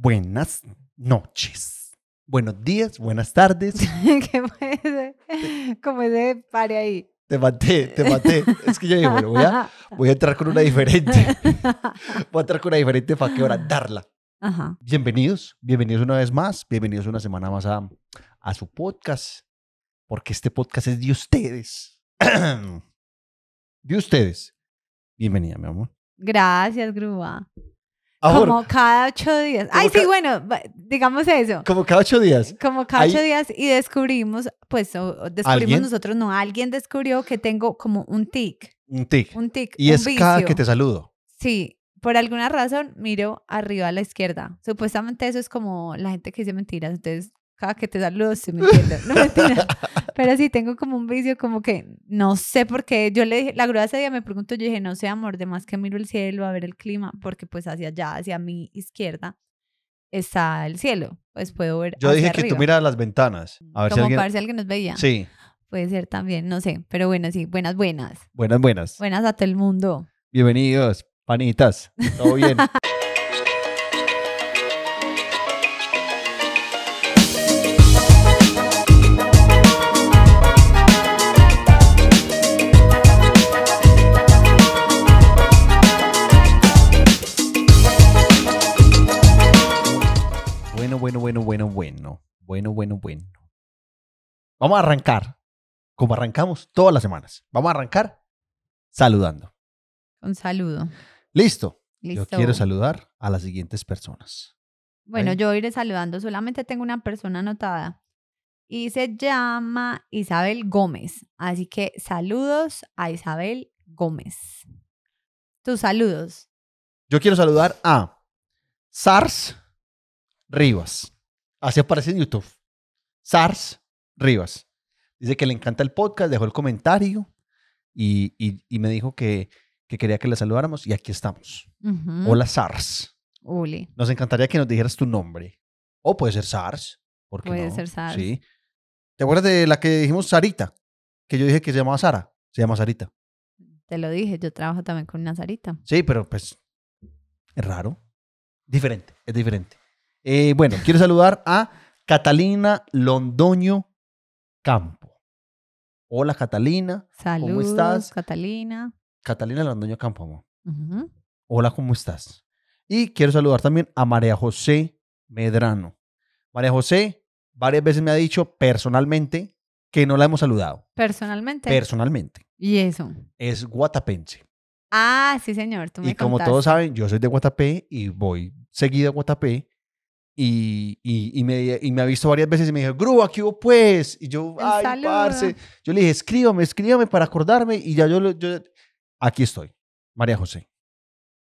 buenas noches. Buenos días, buenas tardes. ¿Qué fue ese? Como ese pare ahí. Te maté, te maté. Es que yo dije, bueno, voy a, voy a entrar con una diferente. Voy a entrar con una diferente para quebrantarla. Ajá. Bienvenidos, bienvenidos una vez más, bienvenidos una semana más a, a su podcast, porque este podcast es de ustedes. De ustedes. Bienvenida, mi amor. Ah, Gracias, Grúa. Ahora, Como cada ocho días. Ay, Como sí, ca- bueno, va- digamos eso. como cada ocho días. Como cada Ahí- ocho días y descubrimos, pues o- o descubrimos ¿Alguien? nosotros, no, alguien descubrió que tengo como un tic, Un tic. un tic, Y un es cada vicio. que te saludo. Sí, por alguna razón miro arriba a la izquierda. Supuestamente eso es como la gente que dice mentiras, entonces cada que te saludo estoy mintiendo. No mentira. Pero sí, tengo como un vicio, como que no sé por qué. Yo le dije, la grúa ese día me preguntó, yo dije, no sé, amor, de más que miro el cielo a ver el clima, porque pues hacia allá, hacia mi izquierda, está el cielo. Pues puedo ver. Yo hacia dije que tú arriba. miras las ventanas. A ver si Como alguien. para ver si alguien nos veía. Sí, Puede ser también, no sé. Pero bueno, sí, buenas, buenas. buenas, buenas. Buenas a todo el mundo. Bienvenidos, panitas. Todo bien. bueno, bueno, bueno, bueno, bueno. Bueno, bueno, bueno. Vamos a arrancar, como arrancamos todas las semanas. Vamos a arrancar saludando. Un saludo. Listo. Listo. Yo quiero saludar a las siguientes personas. Bueno, Ahí. yo iré saludando. Solamente tengo una persona anotada y se llama Isabel Gómez. Así que saludos a Isabel Gómez. Tus saludos. Yo quiero saludar a SARS Rivas. Así aparece en YouTube. SARS Rivas. Dice que le encanta el podcast, dejó el comentario y, y- y me dijo que, que quería que le saludáramos y aquí estamos. Ujú. Hola SARS. Uli. Nos encantaría que nos dijeras tu nombre. O puede ser SARS. ¿por qué Puede no? ser SARS. Sí. ¿Te acuerdas de la que dijimos Sarita? Que yo dije que se llamaba Sara. Se llama Sarita. Te lo dije, yo trabajo también con Nazarita. Sí, pero pues es raro. Diferente, es diferente. Eh, bueno, quiero saludar a Catalina Londoño Campo. Hola, Catalina. Saludos, estás? Catalina. Catalina Londoño Campo, amor. Ujú. Hola, ¿cómo estás? Y quiero saludar también a María José Medrano. María José varias veces me ha dicho personalmente que no la hemos saludado. Personalmente. Personalmente. y eso. Es guatapense. Ah, sí, señor. Tú me Y como contaste. todos saben, yo soy de Guatapé y voy seguido a Guatapé. Y, y, y me, y me ha visto varias veces y me dijo, Grúa, ¿qué hubo pues? Y yo, Un ay, saludo. parce. Yo le dije, escríbame, escríbame para acordarme. Y ya yo, lo- yo- aquí estoy, María José.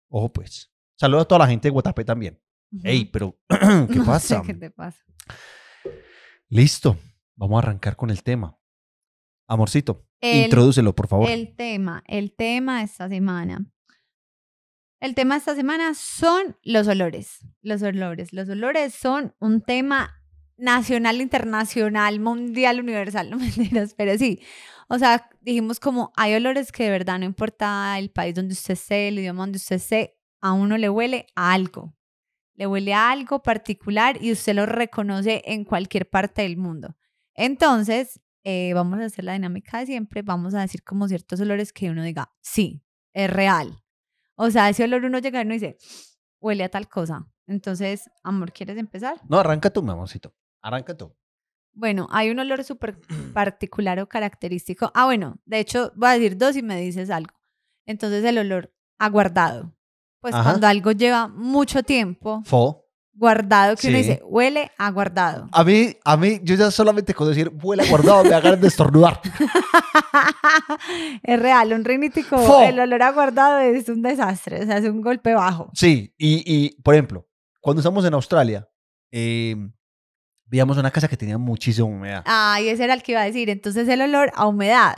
Ojo pues. Saludo a toda la gente de Guatapé también. Ujú. Ey, pero, ¿qué No sé pasa? ¿Qué te pasa? Listo, vamos a arrancar con el tema. Amorcito, El- introdúcelo, por favor. El tema, el tema esta semana. El tema esta semana son los olores. Los olores. Los olores son un tema nacional, internacional, mundial, universal, no mentiras, pero sí. O sea, dijimos como hay olores que de verdad no importa el país donde usted esté, el idioma donde usted esté, a uno le huele a algo. Le huele a algo particular y usted lo reconoce en cualquier parte del mundo. Entonces, eh, vamos a hacer la dinámica de siempre, vamos a decir como ciertos olores que uno diga, sí, es real. O sea, ese olor uno llega y uno dice, huele a tal cosa. Entonces, amor, ¿quieres empezar? No, arranca tú, mi amorcito. Arranca tú. Bueno, hay un olor súper particular o característico. Ah, bueno, de hecho, voy a decir dos y me dices algo. Entonces, el olor aguardado. Pues Ajá. cuando algo lleva mucho tiempo Fo. guardado, que uno Sí. dice, huele a guardado. A mí, a mí, yo ya solamente con decir vuela guardado me da ganas de estornudar. es real, un rinítico, Fo. el olor aguardado es un desastre, o sea, es un golpe bajo. Sí, y, y, por ejemplo, cuando estamos en Australia, eh, veíamos una casa que tenía muchísima humedad. Ay, ese era el que iba a decir, entonces el olor a humedad.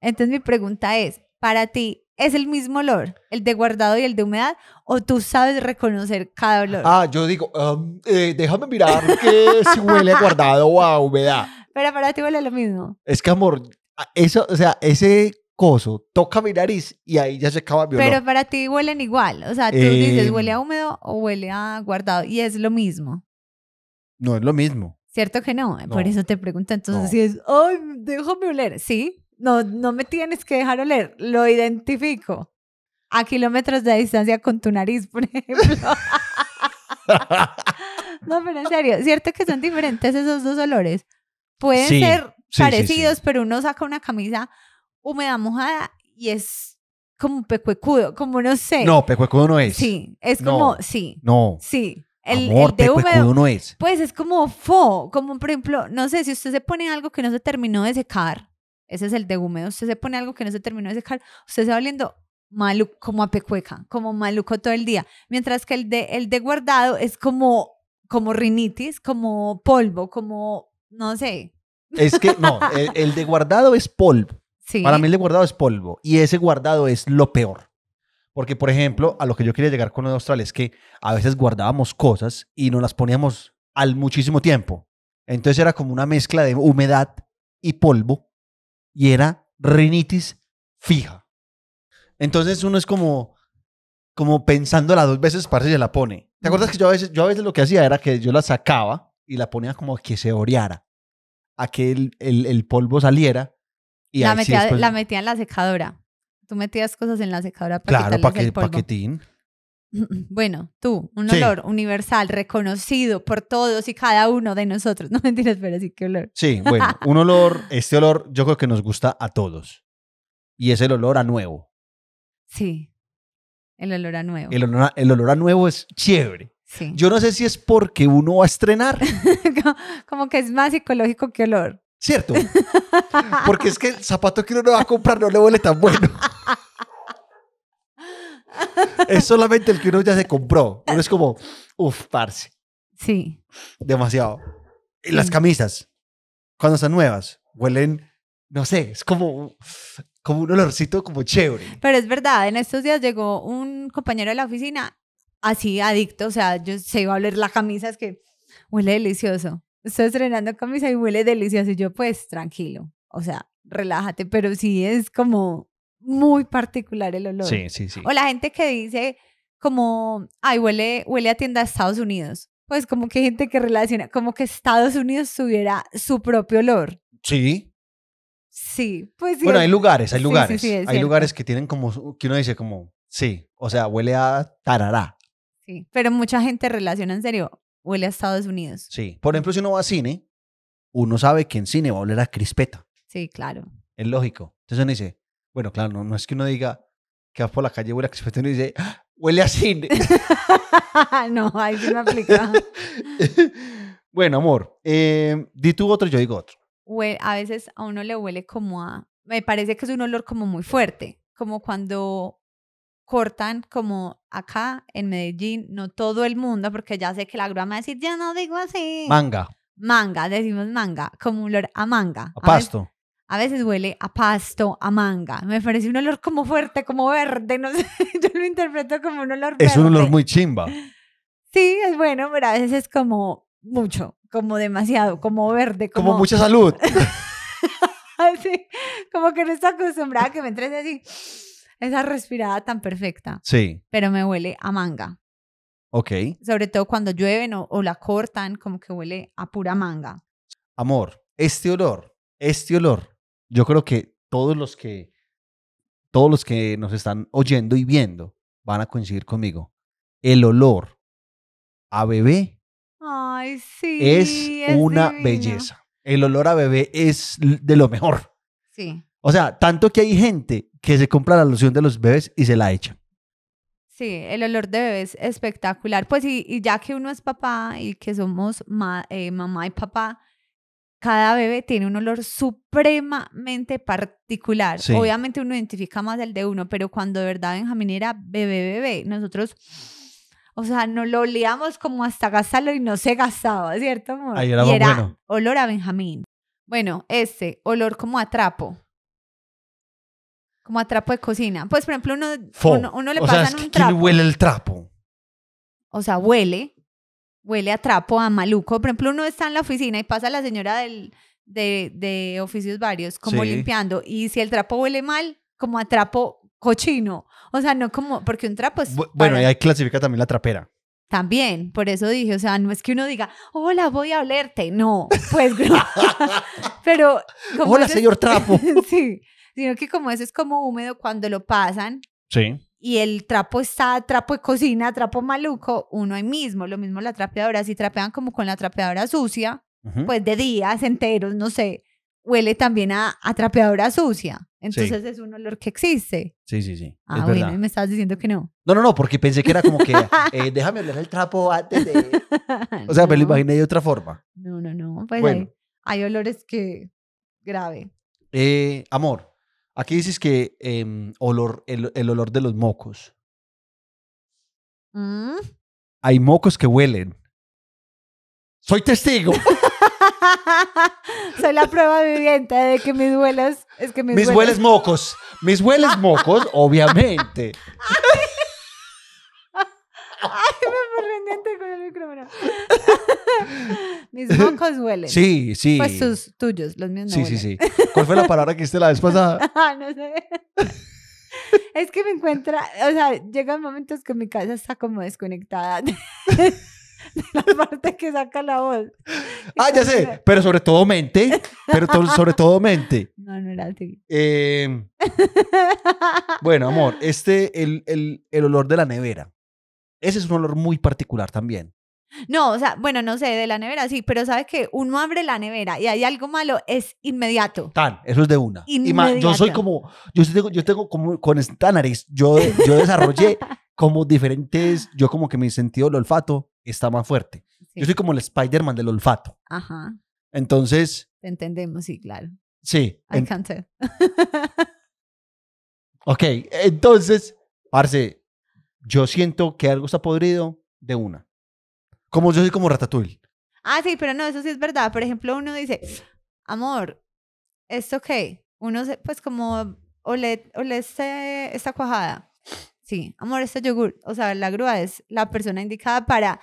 Entonces mi pregunta es, para ti, ¿es el mismo olor, el de guardado y el de humedad, o tú sabes reconocer cada olor? Ah, yo digo, um, eh, déjame mirar que si huele guardado a humedad. Pero para ti huele lo mismo. Es que, amor, a- eso, o sea, ese coso, toca mi nariz y ahí ya se acaba mi olor. Pero para ti huelen igual. O sea, tú Eh, dices huele a húmedo o huele a guardado. Y es lo mismo. no es lo mismo. ¿Cierto que no? Por No. eso te pregunto. Entonces, No. si es, ay, déjame oler. Sí, no, no me tienes que dejar oler. Lo identifico. A kilómetros de distancia con tu nariz, por ejemplo. no, pero en serio, ¿cierto que son diferentes esos dos olores? Pueden Sí, ser sí, sí, parecidos, pero uno saca una camisa húmeda, mojada y es como pecuecudo, como no sé. No, pecuecudo no es. Sí, es No. como, sí, No. sí. El, el Amor, de pecuecudo húmedo no es. pues es como fo, como por ejemplo, no sé, si usted se pone algo que no se terminó de secar, ese es el de húmedo, usted se pone algo que no se terminó de secar, usted se va oliendo malu como a pecueca, como maluco todo el día, mientras que el de, el de guardado es como, como rinitis, como polvo, como, no sé, Es que no, el, el de guardado es polvo. sí. Para mí el de guardado es polvo y ese guardado es lo peor. Porque, por ejemplo, a lo que yo quería llegar con lo de Austral es que a veces guardábamos cosas y nos las poníamos al muchísimo tiempo. Entonces era como una mezcla de humedad y polvo y era rinitis fija. Entonces uno es como, como pensándola dos veces, parce, y se la pone. ¿Te acuerdas que yo a, veces, yo a veces lo que hacía era que yo la sacaba y la ponía como a que se oreara, a que el, el- el polvo saliera? Y la, ahí sí metía, después- la metía en la secadora. Tú metías cosas en la secadora para Claro, quitarles para que, el pa' polvo. paquetín. Bueno, tú, un Sí. olor universal, reconocido por todos y cada uno de nosotros. No mentiras, pero sí, qué olor. Sí, bueno, un olor, este olor yo creo que nos gusta a todos. Y es el olor a nuevo. Sí, el olor a nuevo. El olor a, el olor a nuevo es chévere. Sí. Yo no sé si es porque uno va a estrenar, Como- Como que es más psicológico que olor. ¿cierto? Porque es que el zapato que uno va a comprar no le huele tan bueno. Es solamente el que uno ya se compró. Uno es como, uff, parce, Sí, demasiado. Y las camisas, cuando están nuevas, huelen, no sé, es como, como un olorcito como chévere. pero es verdad, en estos días llegó un compañero de la oficina así adicto, o sea, yo se iba a oler la camisa, es que huele delicioso. Estoy estrenando camisa y huele delicioso. Y yo, pues, tranquilo, o sea, relájate, pero sí es como muy particular el olor. sí, sí. O la gente que dice como, ay, huele, huele a tienda de Estados Unidos. Pues como que hay gente que relaciona, como que Estados Unidos tuviera su propio olor. Sí. Sí, pues sí. Bueno, hay es- lugares, hay Sí, sí, lugares. sí, es hay cierto. lugares que tienen como, su- que uno dice como, sí, o sea, huele a tarará. sí, Pero mucha gente relaciona en serio, huele a Estados Unidos. Sí. Por ejemplo, si uno va a cine, uno sabe que en cine va a oler a crispeta. Sí, claro. Es lógico. Entonces uno dice, bueno, claro, no, no es que uno diga que vas por la calle huele a crispeta, uno dice, "Ah, huele a cine. no, ahí sí me aplica. bueno, amor, eh, di tú otro, yo digo otro. Hue- a veces a uno le huele como a, me parece que es un olor como muy fuerte, como cuando cortan como acá en Medellín, no todo el mundo, porque ya sé que la grúa me va a decir, ya no digo así. Manga, manga, decimos manga, como un olor a manga. a A veces- pasto. A veces, huele a pasto, a manga. Me parece un olor como fuerte, como verde, no sé, yo lo interpreto como un olor Es un olor verde. muy chimba. Sí, es bueno, pero a veces es como mucho, como demasiado, como verde, como... Como mucha salud. así, como que no estoy acostumbrada a que me entres así, esa respirada tan perfecta, Sí, pero me huele a manga. ok. Sobre todo cuando llueven o, o la cortan, como que huele a pura manga. amor, este olor, este olor, yo creo que todos los que todos los que nos están oyendo y viendo van a coincidir conmigo. El olor a bebé Ay, sí. es una divino. belleza. El olor a bebé es l- de lo mejor. Sí, O sea, tanto que hay gente que se compra la loción de los bebés y se la echa. sí, el olor de bebé es espectacular. Pues y, y ya que uno es papá y que somos ma- eh, mamá y papá, cada bebé tiene un olor supremamente particular. Sí. Obviamente uno identifica más el de uno, pero cuando de verdad Benjamín era bebé, bebé, nosotros, o sea, no lo olíamos como hasta gastarlo y no se gastaba, ¿cierto, amor? Ahí era y era bueno. olor a Benjamín. Bueno, este, olor como a trapo. Como a trapo de cocina. Pues, por ejemplo, uno, Fo. uno, uno le o sea, pasan es que un ¿quién trapo. huele el trapo? O sea, huele, huele a trapo, a maluco. Por ejemplo, uno está en la oficina y pasa la señora del, de, de oficios varios como Sí. limpiando. Y si el trapo huele mal, como a trapo cochino. O sea, no como, porque un trapo es... Bu- Bueno, para- y ahí clasifica también la trapera. También, por eso dije, o sea, no es que uno diga, hola, voy a olerte. No, pues, no. pero... como Hola, eso es- señor trapo. sí, sino que como eso es como húmedo cuando lo pasan Sí. y el trapo está, trapo de cocina, trapo maluco, uno ahí mismo, lo mismo la trapeadora, si trapean como con la trapeadora sucia, Ujú. pues de días enteros, no sé, huele también a, a trapeadora sucia. Entonces es un olor que existe. sí, sí, sí. Ah, es bueno, verdad. y me estabas diciendo que no. No, no, no, porque pensé que era como que eh, déjame oler el trapo antes de. O sea, me lo No, imaginé de otra forma. No, no, no, pues Bueno. hay, hay olores que grave. Eh, amor, aquí dices que em, olor, el, el olor de los mocos. Mm. Hay mocos que huelen. Soy testigo. Soy la prueba viviente de que mis huelos, es que mis, Mis huelos hueles mocos. Mis hueles mocos, obviamente. Ay, me sorprendente con el micrófono. Mis mocos huelen. Sí, sí. Pues tus tuyos, los míos no sí, sí, huelen. sí. ¿Cuál fue la palabra que hiciste la vez pasada? Ah, no sé. es que me encuentra, o sea, llegan momentos que mi casa está como desconectada de la parte que saca la voz. Ah, ya sé. Pero sobre todo mente. Pero to- sobre todo mente. No, no era así. Em, Bueno, amor, este, el, el, el olor de la nevera. Ese es un olor muy particular también. No, o sea, bueno, no sé, de la nevera sí, pero sabes que uno abre la nevera y hay algo malo, es inmediato. Tan, eso es de una. Y más, yo soy Inmediata. como, yo sí tengo, yo tengo como, con esta nariz, yo, yo desarrollé como diferentes, yo como que mi sentido del olfato está más fuerte. Sí. Yo soy como el Spider-Man del olfato. Ajá, Entonces, te entendemos, sí, claro. sí. I en- can't tell. ok, entonces, parce, yo siento que algo está podrido de una. Como yo soy como Ratatouille. Ah, sí, pero no, eso sí es verdad. Por ejemplo, uno dice, amor, ¿esto qué? Uno, se- pues como, ole, ole este- esta cuajada. Sí, amor, este yogur. O sea, la grúa es la persona indicada para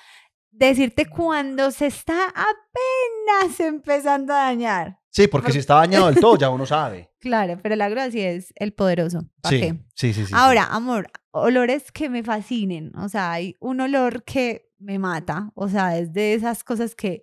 decirte cuando se está apenas empezando a dañar. Sí, porque si está bañado del todo, ya uno sabe. Claro, pero la grúa sí es el poderoso. ¿Para Sí, qué? sí, sí, sí, sí. Ahora, amor, olores que me fascinen. O sea, hay un olor que me mata. O sea, es de esas cosas que,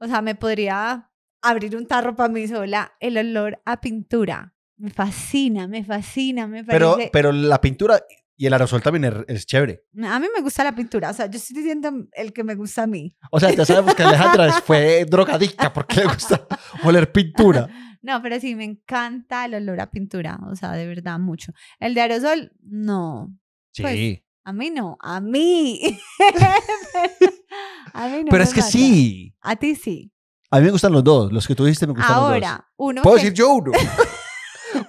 o sea, me podría abrir un tarro para mí sola. El olor a pintura. Me fascina, me fascina, me Pero, parece. pero la pintura y el aerosol también es, es chévere. A mí me gusta la pintura. O sea, yo estoy diciendo el que me gusta a mí. O sea, ya sabemos que Alejandra fue drogadicta porque le gusta oler pintura. No, pero sí, me encanta el olor a pintura. O sea, de verdad, mucho. El de aerosol, no. Sí. Pues, A mí no. A mí. a mí no pero me es que mata. sí. A ti sí. A mí me gustan los dos. Los que tú dijiste me gustan los dos. Ahora, uno Puedo que decir yo uno.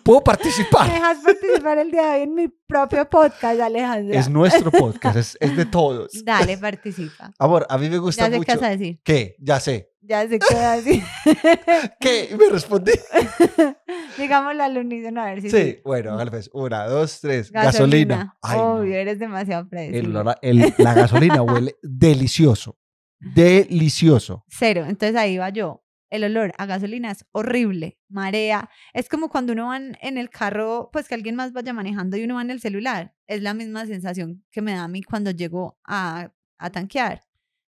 Puedo me participar. dejas participar el día de hoy en mi propio podcast, Alejandra. Es nuestro podcast, es, es de todos. Dale, participa. Amor, a mí me gusta Ya sé qué mucho. vas a decir. ¿Qué? Ya sé. Ya sé qué vas a decir. ¿Qué? Me respondí. Digámoslo al unísono a ver si. Sí. Bueno, tal vez. Una, dos, tres. Gasolina. Gasolina. Ay, no. Obvio, eres demasiado predecible. El olor a- el- la gasolina huele delicioso. Delicioso. Cero. Entonces ahí va yo. El olor a gasolina es horrible, marea. Es como cuando uno va en en el carro, pues que alguien más vaya manejando y uno va en el celular. Es la misma sensación que me da a mí cuando llego a, a tanquear.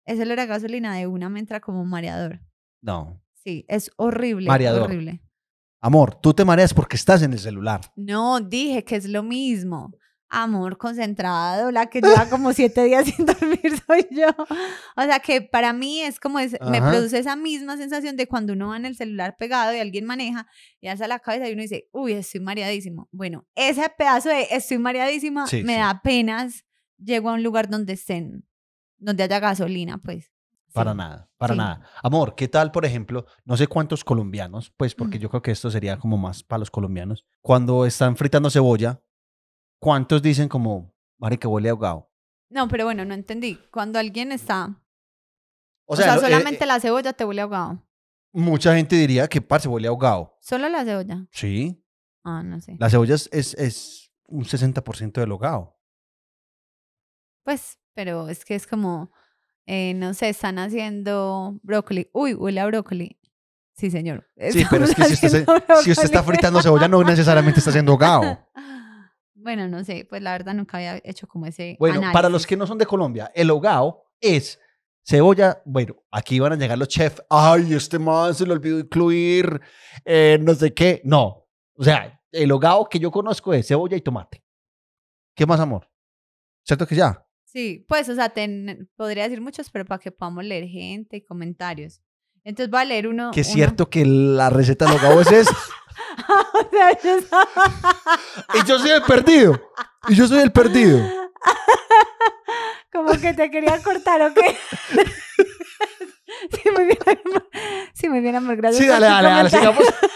Ese olor a gasolina de una me entra como mareador. No. Sí, es horrible. Mareador. Horrible. Amor, tú te mareas porque estás en el celular. No, dije que es lo mismo. Amor concentrado, la que lleva como siete días sin dormir soy yo. O sea que para mí es como, es, me Ajá. produce esa misma sensación de cuando uno va en el celular pegado y alguien maneja y alza la cabeza y uno dice, uy, estoy mareadísimo. Bueno, ese pedazo de estoy mareadísima Sí, me sí. da apenas llego a un lugar donde estén, donde haya gasolina, pues. Sí. Para nada, para Sí. nada. Amor, ¿qué tal, por ejemplo, no sé cuántos colombianos, pues porque Mm. yo creo que esto sería como más para los colombianos, cuando están fritando cebolla, ¿cuántos dicen como, Mari, que huele a ahogado? No, pero bueno, no entendí. Cuando alguien está, o lo- sea, eh, solamente eh, la cebolla te huele ahogado. mucha gente diría que, parce, huele a ahogado. Solo la cebolla. Sí, Ah, no sé. la cebolla es, es, es un 60% del ahogado. Pues, pero es que es como, eh, no sé, están haciendo brócoli. Uy, huele a brócoli. Sí, señor. Sí, pero es que si usted, se- Estamos haciendo si usted está broccoli. fritando cebolla, no necesariamente está haciendo gao. Bueno, no sé, pues la verdad nunca había hecho como ese. Bueno, para análisis. los que no son de Colombia, el hogao es cebolla. Bueno, aquí van a llegar los chefs. Ay, este man se le olvidó incluir eh, no sé qué. No. O sea, el hogao que yo conozco es cebolla y tomate. ¿Qué más, amor? ¿Cierto que ya? Sí, pues, o sea, ten- podría decir muchos, pero para que podamos leer gente y comentarios. Entonces voy a leer uno. Que es uno- cierto que la receta del hogao es esta. O sea, yo estaba- Y yo soy el perdido. Y yo soy el perdido. como que te quería cortar, ¿o qué? sí, muy bien, amor. Sí, muy bien, amor. Gracias. Sí, por dale, tu dale, dale. comentario. sigamos.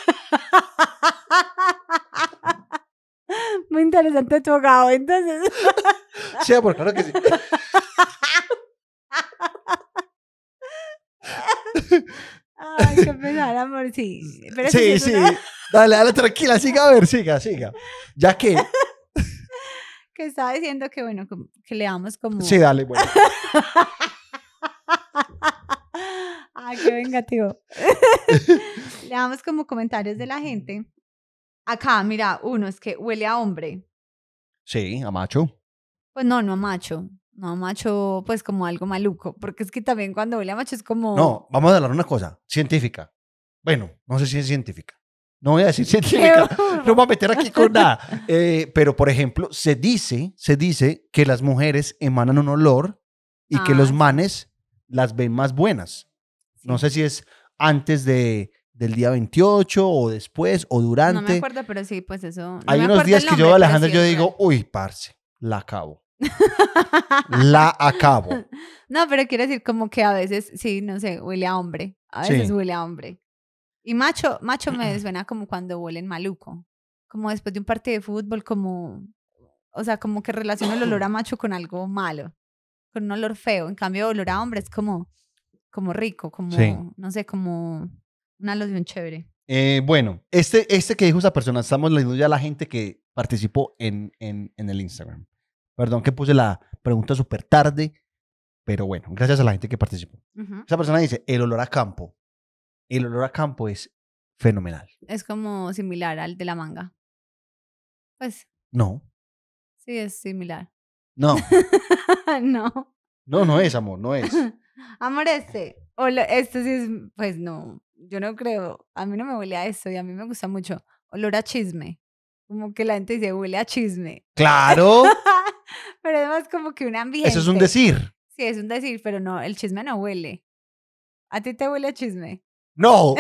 Muy interesante tu abogado, entonces. Sí, amor, claro que sí. Ay, qué pesar, amor, sí. Pero eso Sí, es sí. una- Dale, dale, tranquila. Siga a ver, siga, siga. Ya que. que estaba diciendo que, bueno, como- que, le damos como... Sí, dale, bueno. Ay, qué vengativo. le damos como comentarios de la gente. Acá, mira, uno es que huele a hombre. Sí, a macho. Pues no, no a macho. No a macho, pues como algo maluco. Porque es que también cuando huele a macho es como... No, vamos a hablar una cosa, científica. Bueno, no sé si es científica. No voy a decir Qué científica. horror. No me voy a meter aquí con nada. Eh, pero, por ejemplo, se dice, se dice que las mujeres emanan un olor y que Ah, los sí. manes las ven más buenas. No sé si es antes de, del día 28 o después o durante. No me acuerdo, pero sí, pues eso. no Hay me unos acuerdo días el que yo veo a nombre, pero Alejandra sí yo es digo, real. uy, parce, la acabo. la acabo. No, pero quiero decir como que a veces, sí, no sé, huele a hombre. A veces Sí. huele a hombre. Y macho, macho me suena como cuando huelen maluco. Como después de un partido de fútbol, como, o sea, como que relaciono el olor a macho con algo malo, con un olor feo. En cambio, olor a hombre es como, como rico, como, Sí. no sé, como una loción chévere. Eh, bueno, este, este que dijo esa persona, estamos leyendo ya la gente que participó en, en, en el Instagram. Perdón que puse la pregunta súper tarde, pero bueno, gracias a la gente que participó. Ujú. Esa persona dice, el olor a campo. El olor a campo es fenomenal. Es como similar al de la manga. Pues No, sí, es similar. no, no. no, no es, amor, no es. Amor, este. O lo- este sí es. Pues no, yo no creo. A mí no me huele a eso y a mí me gusta mucho. Olor a chisme. Como que la gente dice huele a chisme. Claro, Pero además, como que un ambiente. eso es un decir. Sí, es un decir, pero no, el chisme no huele. ¿A ti te huele a chisme? No,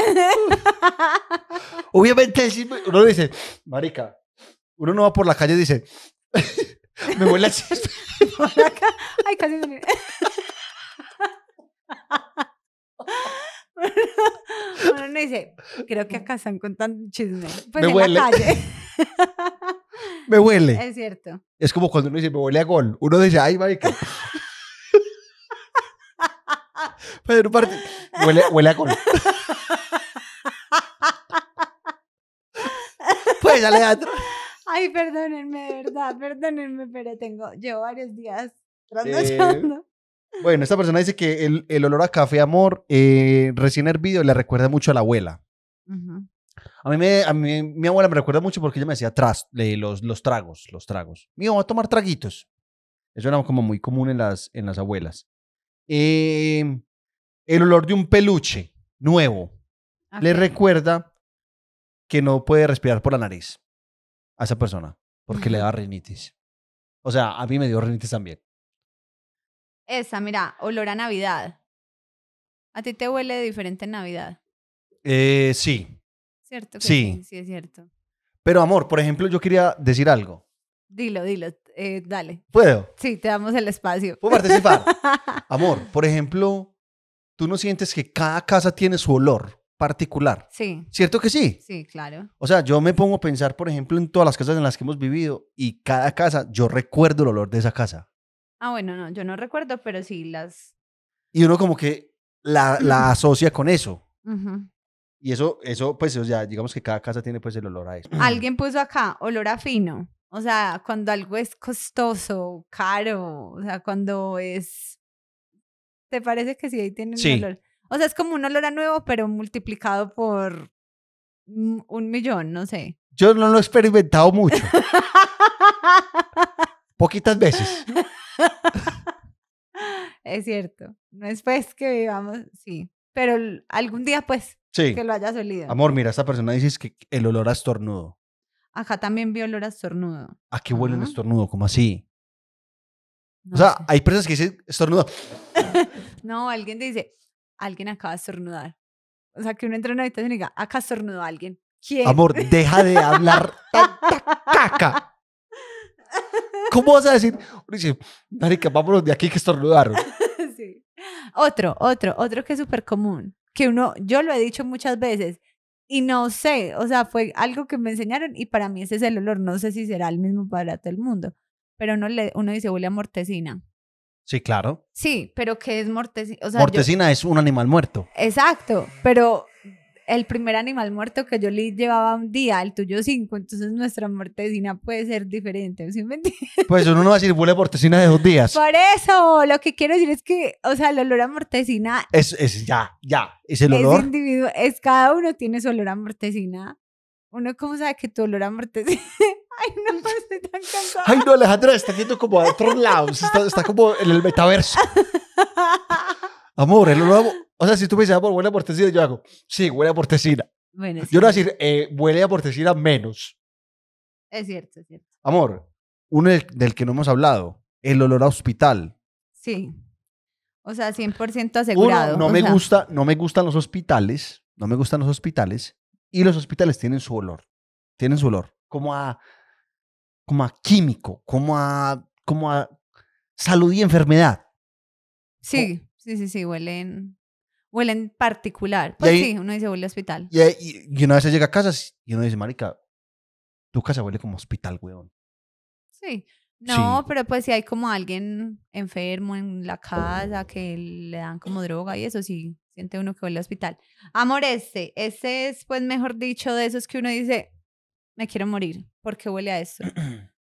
obviamente sí, uno dice, marica, uno no va por la calle y dice, me huele a chiste. Ay, casi me. Uno no dice, creo que acá están contando un chisme. Pues Me en huele. la calle. me huele. es cierto. Es como cuando uno dice, me huele a gol. Uno dice, ay, marica. Pero parte, huele, huele a gol. pues, Alejandro. Ay, perdónenme, de verdad, perdónenme, pero tengo, llevo varios días Eh, trasnochando. Bueno, esta persona dice que el, el olor a café, amor, eh, recién hervido, le recuerda mucho a la abuela. Ujú. A mí, me, a mí- mi abuela me recuerda mucho porque ella me decía tras, le- los, los tragos, los tragos. Mío, va a tomar traguitos. Eso era como muy común en las, en las abuelas. Eh, el olor de un peluche nuevo le Ok. recuerda que no puede respirar por la nariz a esa persona porque le da rinitis. O sea, a mí me dio rinitis también. Esa, mira, olor a Navidad. A ti te huele diferente en Navidad, Eh, sí. ¿cierto? que Sí. sí. sí, es cierto. Pero amor, por ejemplo, yo quería decir algo. Dilo, dilo, eh, dale. ¿Puedo? Sí, te damos el espacio. ¿Puedo participar? Amor, por ejemplo, tú no sientes que cada casa tiene su olor particular. Sí, ¿Cierto que sí? sí, claro. O sea, yo me pongo a pensar, por ejemplo, en todas las casas en las que hemos vivido y cada casa, yo recuerdo el olor de esa casa. Ah, bueno, no, yo no recuerdo, pero sí las... Y uno como que la, la asocia con eso. Ujú. Y eso, eso, pues, o sea, digamos que cada casa tiene pues el olor a eso. Alguien puso acá olor a fino. O sea, cuando algo es costoso, caro, o sea, cuando es. ¿Te parece que sí ahí tiene un Sí. olor? O sea, es como un olor a nuevo, pero multiplicado por mm, un millón, no sé. Yo no lo he experimentado mucho. Poquitas veces. Es cierto. No es pues que vivamos, sí. Pero l- algún día, pues, Sí. que lo hayas olido. Amor, mira, esta persona dice que el olor a estornudo. Acá también vi olor a estornudo. ¿A qué huele un Ajá. estornudo? ¿Cómo así? No O sea, sé. hay personas que dicen estornudo. No, alguien dice, alguien acaba de estornudar. O sea, que uno entra en una habitación y diga, acá estornudó alguien. ¿Quién? Amor, deja de hablar tanta caca. ¿Cómo vas a decir? Uno dice, marica, vámonos de aquí que estornudaron. Sí. Otro, otro, otro que es súper común, que uno, yo lo he dicho muchas veces y no sé, o sea, fue algo que me enseñaron y para mí ese es el olor, no sé si será el mismo para todo el mundo, pero uno, le, uno dice huele a mortecina. Sí, claro. Sí, pero ¿qué es mortecina? O sea, yo- Mortecina es un animal muerto. exacto, pero el primer animal muerto que yo le llevaba un día, el tuyo cinco, entonces nuestra mortecina puede ser diferente, ¿sí me entiendes? Pues uno no va a decir, huele a mortecina de dos días. Por eso, lo que quiero decir es que, o sea, el olor a mortecina Es, es ya, ya. Es el es olor. individuo- es cada uno tiene su olor a mortecina. Uno cómo sabe que tu olor a mortecina. Ay, no, estoy tan cansada. Ay, no, Alejandra está yendo como a otros lados. Está, está como en el metaverso. Amor, el olor. a- O sea, si tú me dices, amor, huele a mortecina, yo hago, sí, huele a mortecina. Bueno, sí, Yo no voy a decir, eh, huele a mortecina menos. es cierto, es cierto. Amor, uno del, del que no hemos hablado, el olor a hospital. Sí. O sea, 100% asegurado. Uno, no o me sea, gusta, no me gustan los hospitales, no me gustan los hospitales, y los hospitales tienen su olor, tienen su olor, como a, como a químico, como a, como a salud y enfermedad. Sí, sí, sí, sí, huelen huelen particular. Y Pues ahí- sí, uno dice huele a hospital. Y, eh, y, y una vez llega a casa y uno dice, marica, tu casa huele como hospital, weón. Sí. No, Sí. pero pues si hay como alguien enfermo en la casa que le dan como droga y eso sí, siente uno que huele a hospital. Amor, este, ese es pues mejor dicho de esos que uno dice, me quiero morir porque huele a esto.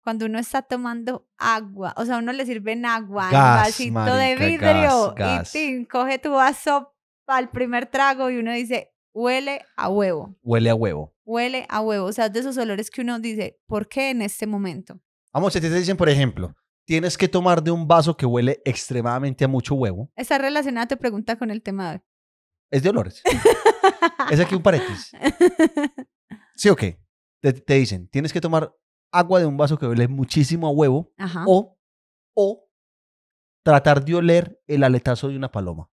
Cuando uno está tomando agua, o sea, a uno le sirven agua, en Gas, vasito de marica, vidrio gas, gas. y tin, coge tu vaso al primer trago y uno dice, huele a huevo, Huele a huevo. huele a huevo. O sea, es de esos olores que uno dice, ¿por qué en este momento? Vamos, si te dicen, por ejemplo, tienes que tomar de un vaso que huele extremadamente a mucho huevo, Está relacionada tu pregunta con el tema de hoy. es de olores. es aquí un paréntesis. ¿Sí o qué? Te, te dicen, tienes que tomar agua de un vaso que huele muchísimo a huevo Ajá. o, o tratar de oler el aletazo de una paloma.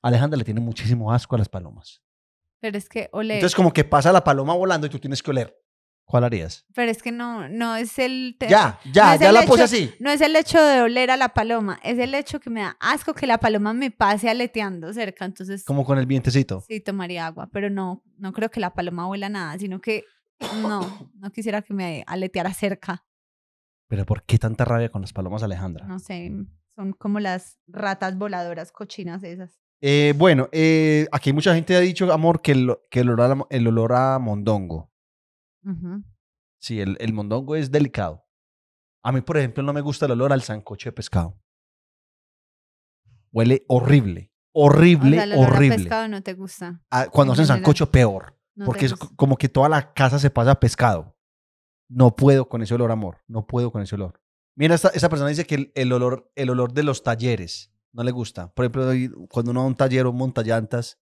Alejandra le tiene muchísimo asco a las palomas. Pero es que oler. Entonces, como que pasa la paloma volando y tú tienes que oler. ¿Cuál harías? pero es que no, no es el. te- Ya, ya, es ya el la puse hecho- así. No es el hecho de oler a la paloma, es el hecho que me da asco que la paloma me pase aleteando cerca. Entonces, Como con el vientecito. sí tomaría agua, pero no, no creo que la paloma huela nada, sino que no, no quisiera que me aleteara cerca. Pero ¿por qué tanta rabia con las palomas, Alejandra? No sé, son como las ratas voladoras cochinas esas. Eh, bueno, eh, aquí mucha gente ha dicho, amor, que el, que el, olor, a, el olor a mondongo. Ujú. Sí, el, el mondongo es delicado. A mí, por ejemplo, no me gusta el olor al sancocho de pescado. Huele horrible, O horrible, sea, el olor a horrible. pescado no te gusta. Ah, Cuando en hacen general. sancocho, peor. no te porque es gusta. co- como que toda la casa se pasa a pescado. No puedo con ese olor, amor. No puedo con ese olor. Mira, esta- esa persona dice que el, el olor, el olor de los talleres no le gusta. Por ejemplo, ahí, cuando uno va a un taller o montallantas,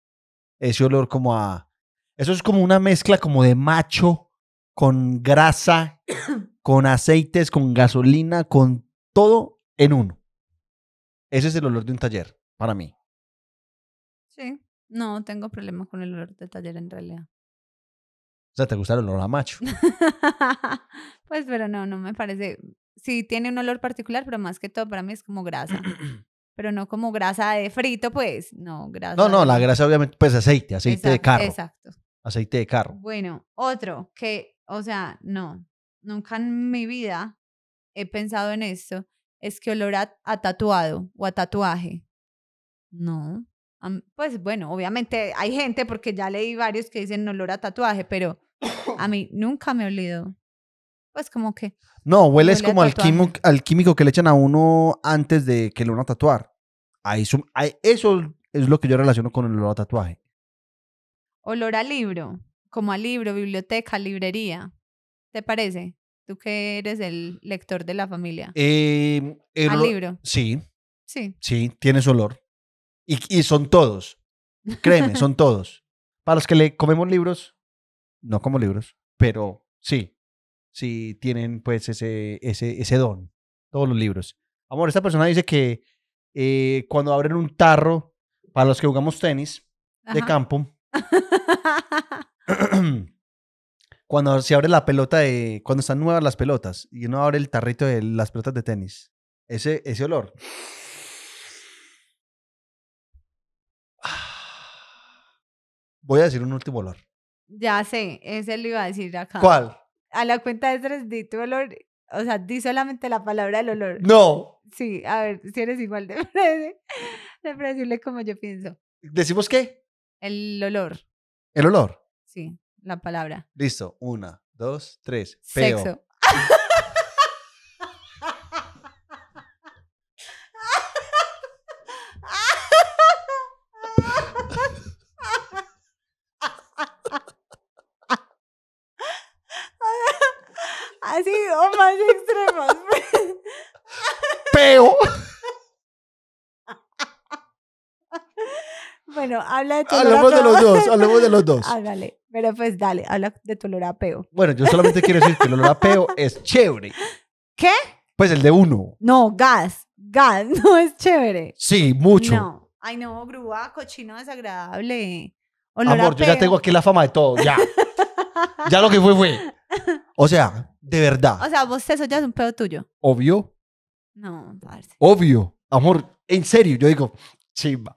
ese olor como a... Eso es como una mezcla como de macho con grasa, con aceites, con gasolina, con todo en uno. Ese es el olor de un taller, para mí. Sí. No tengo problema con el olor de taller en realidad. O sea, te gusta el olor a macho. pues, pero no, no me parece. Sí, tiene un olor particular, pero más que todo para mí es como grasa. pero no como grasa de frito, pues. No, grasa. No, no, de- la grasa obviamente, pues aceite, aceite de Exacto, carro. Exacto. aceite de carro. Bueno, otro que, o sea, no, nunca en mi vida he pensado en esto, es que olor a, a tatuado o a tatuaje. No. a m- Pues bueno, obviamente hay gente, porque ya leí varios que dicen olor a tatuaje, pero a mí nunca me he olido. Pues como que No, hueles Huele a como al tatuaje. químico, al químico que le echan a uno antes de que lo van a tatuar. Ahí su- ahí- eso es lo que yo relaciono con el olor a tatuaje. Olor a libro, como a libro, biblioteca, librería. ¿Te parece? Tú que eres el lector de la familia. Eh, el Al olor- libro, Sí, sí. sí, tienes olor. Y, y son todos. Créeme, son todos. Para los que le comemos libros, no como libros, pero sí, sí tienen pues ese, ese, ese don. Todos los libros. Amor, esta persona dice que eh, cuando abren un tarro, para los que jugamos tenis de Ajá. campo, cuando se abre la pelota de. Cuando están nuevas las pelotas y uno abre el tarrito de las pelotas de tenis. Ese, ese olor. Voy a decir un último olor. ya sé, ese lo iba a decir acá. ¿Cuál? A la cuenta de tres, di tu olor. O sea, di solamente la palabra del olor. No. Sí, a ver, si eres igual de, predecible- de predecible como yo pienso. ¿Decimos qué? El olor, El olor. sí, la palabra. Listo. Una, dos, tres. Peo. Sexo. Así o más extremos. Peo. Bueno, habla de tu olor a hablemos de peo. los dos. Hablemos de los dos. Háblale, pero pues dale, habla de tu olor a peo. Bueno, yo solamente quiero decir que el olor a peo es chévere. ¿Qué? Pues el de uno. No, gas, gas, no es chévere. Sí, mucho. No, ay no, grúa, cochino desagradable. Olor Amor, a yo ya peo. tengo aquí la fama de todo, ya. ya lo que fue fue. O sea, de verdad, O sea, vos eso ya es un pedo tuyo. obvio, No, parce. obvio. Amor, en serio, yo digo, chimba.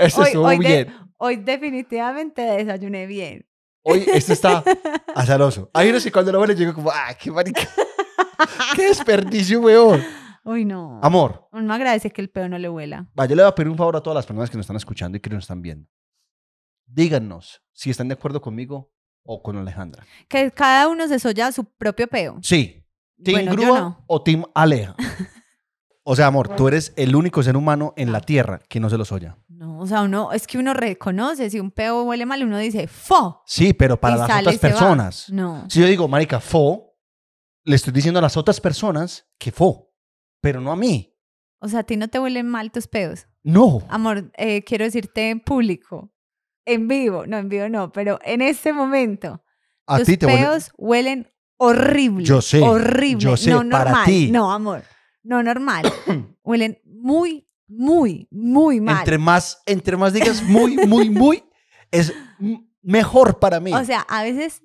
Esto Hoy- estuvo hoy de- bien. Hoy definitivamente desayuné bien. Hoy esto está azaroso. Hay unos que cuando lo ven, yo digo como, ah, qué marica. qué desperdicio, weón. Uy, no. Amor, Uno agradece que el pedo no le huela. va, yo le voy a pedir un favor a todas las personas que nos están escuchando y que nos están viendo. Díganos si están de acuerdo conmigo o con Alejandra. Que cada uno se soya su propio peo. Sí, ¿Team bueno, yo Grúa no. o Team Aleja? O sea, amor, tú eres el único ser humano en la Tierra que no se los oya. No, o sea, uno, es que uno reconoce si un peo huele mal, uno dice, ¡fo! Sí, pero para Y las sale otras y se va. personas. No. Si yo digo, marica, fo, le estoy diciendo a las otras personas que fo, pero no a mí. O sea, a ti no te huelen mal tus peos. No. Amor, eh, quiero decirte en público, en vivo, no, en vivo no, pero en este momento, A tus ti te huele- peos huelen horrible. Yo sé, Horrible. yo sé, no para normal. ti. No, amor. No normal. huelen muy, muy, muy mal. Entre más, entre más digas muy, muy, muy, es m- mejor para mí. O sea, a veces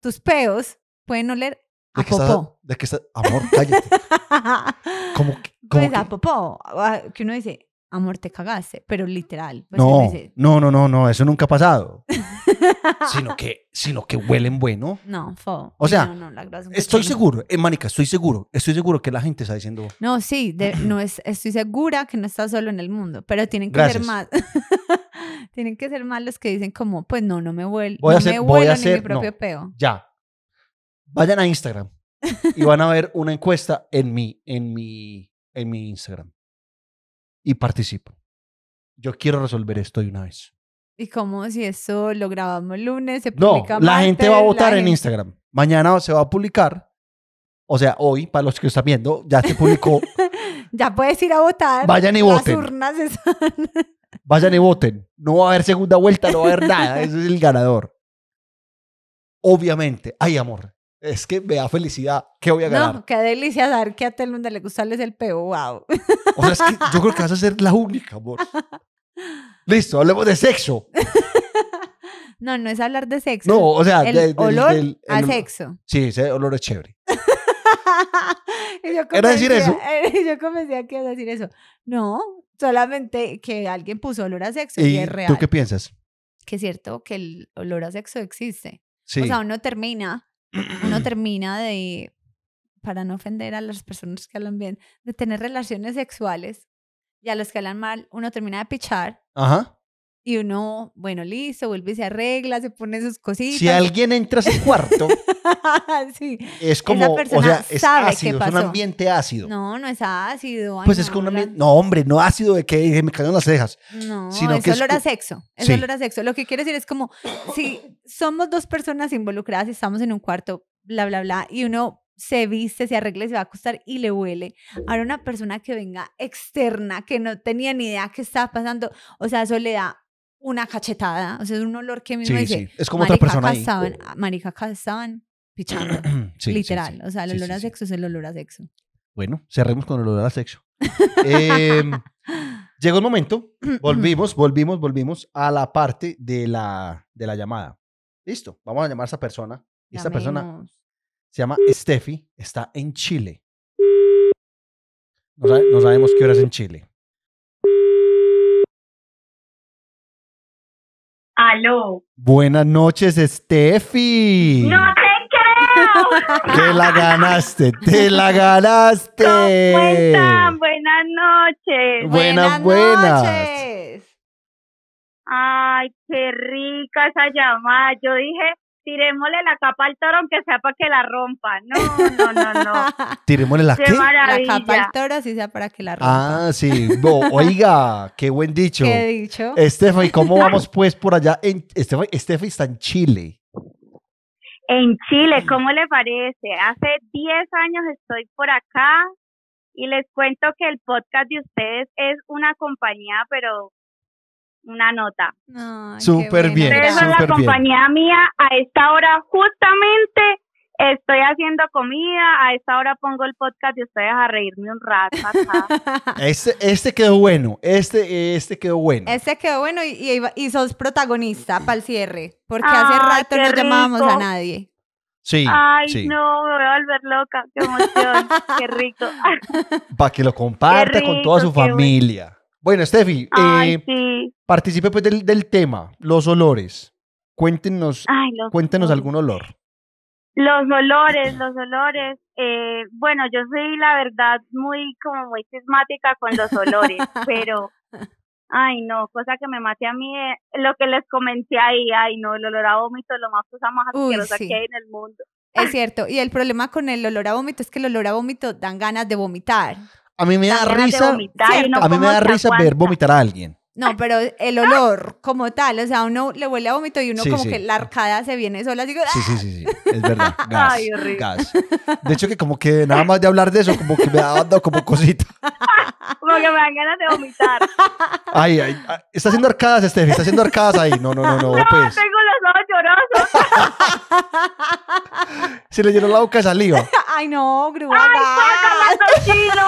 tus peos pueden oler a ¿De qué estás- popó. de qué estás- amor, cállate. Como que- como Pues a que- popó. a- Que uno dice, amor, te cagaste. Pero literal. pues, que uno No, dice, no, no, no, no, eso nunca ha pasado. sino, que, sino que huelen bueno. No, fo. O sea, no, no, la grasa es un Estoy cochino". seguro, eh, Manica, estoy seguro, estoy seguro que la gente está diciendo. No, sí, de- no es, estoy segura que no estás solo en el mundo, pero tienen que Gracias. ser más. tienen que ser más los que dicen como, pues no, no me vuelvo, Voy a no hacer- me voy a huelo ni hacer- mi propio no. peo. Ya. Vayan a Instagram y van a ver una encuesta en mi, en mi, en mi Instagram. Y participo. Yo quiero resolver esto de una vez. Y como si eso lo grabamos lunes, se No, publica la martes, gente va a la votar en gente- Instagram. Mañana se va a publicar. O sea, hoy, para los que están viendo, ya se publicó. Ya puedes ir a votar. Vayan y Las voten. urnas están- Vayan y voten. No va a haber segunda vuelta, no va a haber nada. Ese es el ganador. Obviamente. Ay, amor. Es que me da felicidad que voy a ganar. No, qué delicia saber que a todo el mundo le gusta es el peo, wow. O sea, es que yo creo que vas a ser la única, amor. Listo, hablemos de sexo. No, no es hablar de sexo. No, o sea, el de- del- olor del- el a olor. sexo. Sí, ese olor es chévere. Y yo ¿Era decir comencé a- yo comencé aquí a decir eso. No, solamente que alguien puso olor a sexo y, ¿Y es real. tú qué piensas? Que es cierto que el olor a sexo existe. Sí. O sea, uno termina, uno termina de, para no ofender a las personas que hablan bien, de tener relaciones sexuales y a los que hablan mal, uno termina de pichar Ajá. y uno, bueno, listo, vuelve y se arregla, se pone sus cositas. Si alguien entra a ese cuarto sí. Es como, o persona sea, es sabe qué ácido, es un pasó. ambiente ácido. No, no es ácido. ay, pues es que un Laura. ambiente, no hombre, no ácido de que se me cayeron las cejas. No, sino es que es olor cu- a sexo. Es Sí. olor a sexo. Lo que quiero decir es como si somos dos personas involucradas y estamos en un cuarto, bla, bla, bla, y uno se viste, se arregla y se va a acostar y le huele. Ahora una persona que venga externa, que no tenía ni idea qué estaba pasando, o sea, eso le da una cachetada, o sea, es un olor que mismo Sí, dice, sí. Es como otra "Marica, persona acá ahí. estaban, ah, marica, acá estaban pichando, Sí, sí, literal, sí. o sea, el Sí, olor sí, a sí. sexo es el olor a sexo. Bueno, cerremos con el olor a sexo. Em, llegó un momento, volvimos, volvimos, volvimos a la parte de la, de la llamada. Listo, vamos a llamar a esa persona. Esta persona Llamemos. se llama Steffi, está en Chile. No, sabe- no sabemos qué hora es en Chile. Aló. Buenas noches, Steffi. No te creo. Te la ganaste, te la ¿Cómo ganaste. están? Buenas noches. Buenas, buenas. noches. Ay, qué rica esa llamada. Yo dije, tirémosle la capa al toro aunque sea para que la rompa. No, no, no, no. Tirémosle la Qué qué. La capa maravilla. al toro, así sea para que la rompa. Ah, sí. Bo- oiga, qué buen dicho. ¿Qué he dicho? Eh, Estefa, ¿cómo vamos pues por allá? En, Estefa, Estefa está en Chile. En Chile, ¿cómo le parece? Hace 10 años estoy por acá y les cuento que el podcast de ustedes es una compañía, pero una nota. Ay, qué Súper bueno, bien, Ustedes gracias. son la súper bien. compañía mía. A esta hora justamente estoy haciendo comida. A esta hora pongo el podcast de ustedes a reírme un rato. ajá. Este, este quedó bueno. Este, este quedó bueno. Este quedó bueno y, y, y sos protagonista para el cierre, porque Ay, hace rato qué no llamábamos a rico. nadie. sí. Ay, sí. no, me voy a volver loca. Qué emoción. qué rico. Para que lo comparta con toda rico, su qué bueno. familia. Bueno, Estefi, Ay, eh, sí. participe pues del, del tema, los olores. Cuéntenos, Ay, los cuéntenos olores. algún olor. Los olores, los olores. Eh, bueno, yo soy la verdad muy como muy sismática con los olores, pero ay no, cosa que me mate a mí eh, lo que les comenté ahí, ay no, el olor a vómito es lo más cosa más Uy, asquerosa sí. que hay en el mundo. Es cierto, y el problema con el olor a vómito es que el olor a vómito dan ganas de vomitar. A mí me da Ganas de risa, vomitar y cierto. no a mí me cómo da se risa ver aguanta. vomitar a alguien. Ah. No, pero el olor como tal, o sea, uno le huele a vómito y uno Sí, como sí. que la arcada se viene sola, así como, Sí, sí, sí, sí, es verdad. Gas, Ay, horrible. gas. De hecho que como que nada más de hablar de eso, como que me ha dado como cosita. Como que me dan ganas de vomitar. Ay, ay, ay, está haciendo arcadas, Estefi, está haciendo arcadas ahí. No, no, no, no, pues. Tengo los ojos llorosos. Se le llenó la boca de saliva. ay no, grúa. ¡Ay, cochino!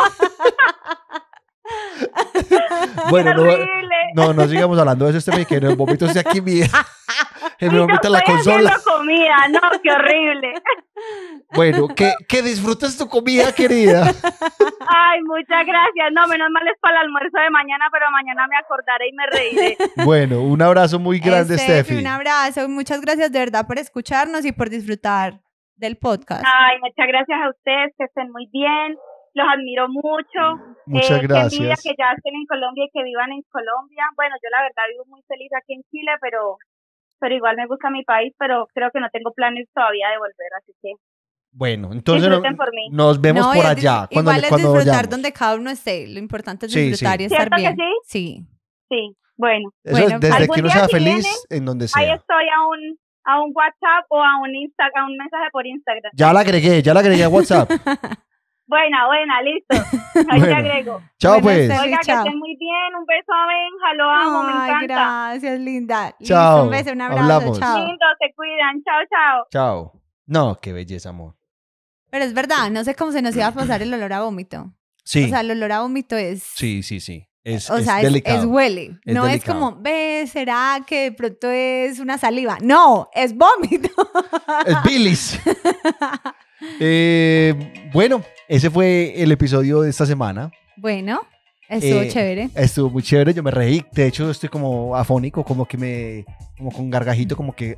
Bueno, no, horrible! no, no sigamos hablando de eso, Estefi, que el vomito esté aquí, mi, que me Y yo vomita la estoy consola. haciendo comida, no, qué horrible. Bueno, que, que disfrutes tu comida, querida. Ay, muchas gracias. No, menos mal es para el almuerzo de mañana, pero mañana me acordaré y me reiré. Bueno, un abrazo muy grande, Estefi, Estefi. Un abrazo, muchas gracias de verdad por escucharnos y por disfrutar del podcast. Ay, muchas gracias a ustedes, que estén muy bien. Los admiro mucho. Eh, Muchas Qué envidia gracias. que ya estén en Colombia y que vivan en Colombia. Bueno, yo la verdad vivo muy feliz aquí en Chile, pero pero igual me gusta mi país, pero creo que no tengo planes todavía de volver, así que Bueno, entonces mm, no- disfruten por mí. nos vemos No, y por es dis- allá. Cuando, igual es cuando disfrutar vayamos. donde cada uno esté. Lo importante es Sí, sí. disfrutar y estar ¿Cierto que bien. sí. sí, bueno. Eso es Bueno, desde algún que uno día sea si feliz, vienen, en donde Ahí sea. estoy a un, a un WhatsApp o a un, Insta, a un mensaje por Instagram. Ya la agregué, ya la agregué a WhatsApp. Buena, buena, listo. Ahí te Bueno. agrego. Chao, Bueno, pues. Estefi, Oiga, que chao. estén muy bien. Un beso a Benja, lo amo, me Ay, encanta. gracias, linda. Listo, Chao, un beso, un abrazo, hablamos. chao. Lindo, se cuidan. Chao, chao. Chao. No, qué belleza, amor. Pero es verdad, no sé cómo se nos iba a pasar el olor a vómito. Sí, O sea, el olor a vómito es... sí, sí, sí. Es, O es sea, es, delicado. es huele. Es no delicado. es como, ve, ¿será que de pronto es una saliva? No, es vómito. Es bilis. Eh, bueno, ese fue el episodio de esta semana. Bueno, estuvo Eh, chévere. Estuvo muy chévere, yo me reí. De hecho, estoy como afónico, como que me. como con gargajito, como que.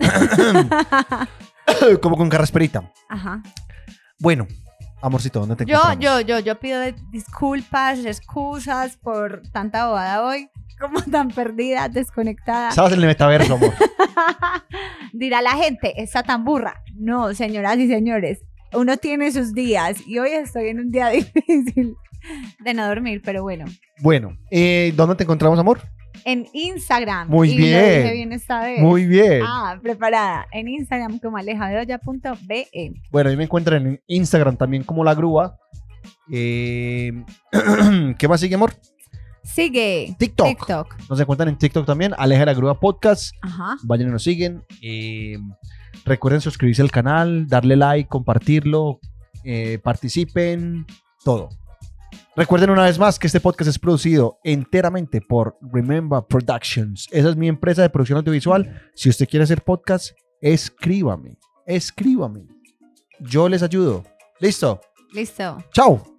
como con carrasperita. Ajá. Bueno, Amorcito, ¿dónde te Yo, encontramos? yo, yo, yo pido disculpas, excusas por tanta bobada hoy, como tan perdida, desconectada. Estabas en el metaverso, amor. Dirá la gente, está tan burra. No, señoras y señores, uno tiene sus días y hoy estoy en un día difícil de no dormir, pero bueno. Bueno, eh, ¿dónde te encontramos, amor? En Instagram. Muy y lo bien. dije bien esta vez. Muy bien. Eh, Ah, preparada. En Instagram como alejabedoya.be. Bueno, ahí me encuentran en Instagram también como La Grúa. Eh, ¿Qué más sigue, amor? Sigue. TikTok. TikTok. Nos encuentran en TikTok también. Aleja de la Grúa Podcast. Ajá. vayan y nos siguen. Eh, recuerden suscribirse al canal, darle like, compartirlo, eh, participen, todo. Recuerden una vez más que este podcast es producido enteramente por Remember Productions. Esa es mi empresa de producción audiovisual. Si usted quiere hacer podcast, escríbame, escríbame. Yo les ayudo. Listo. Listo. Chao.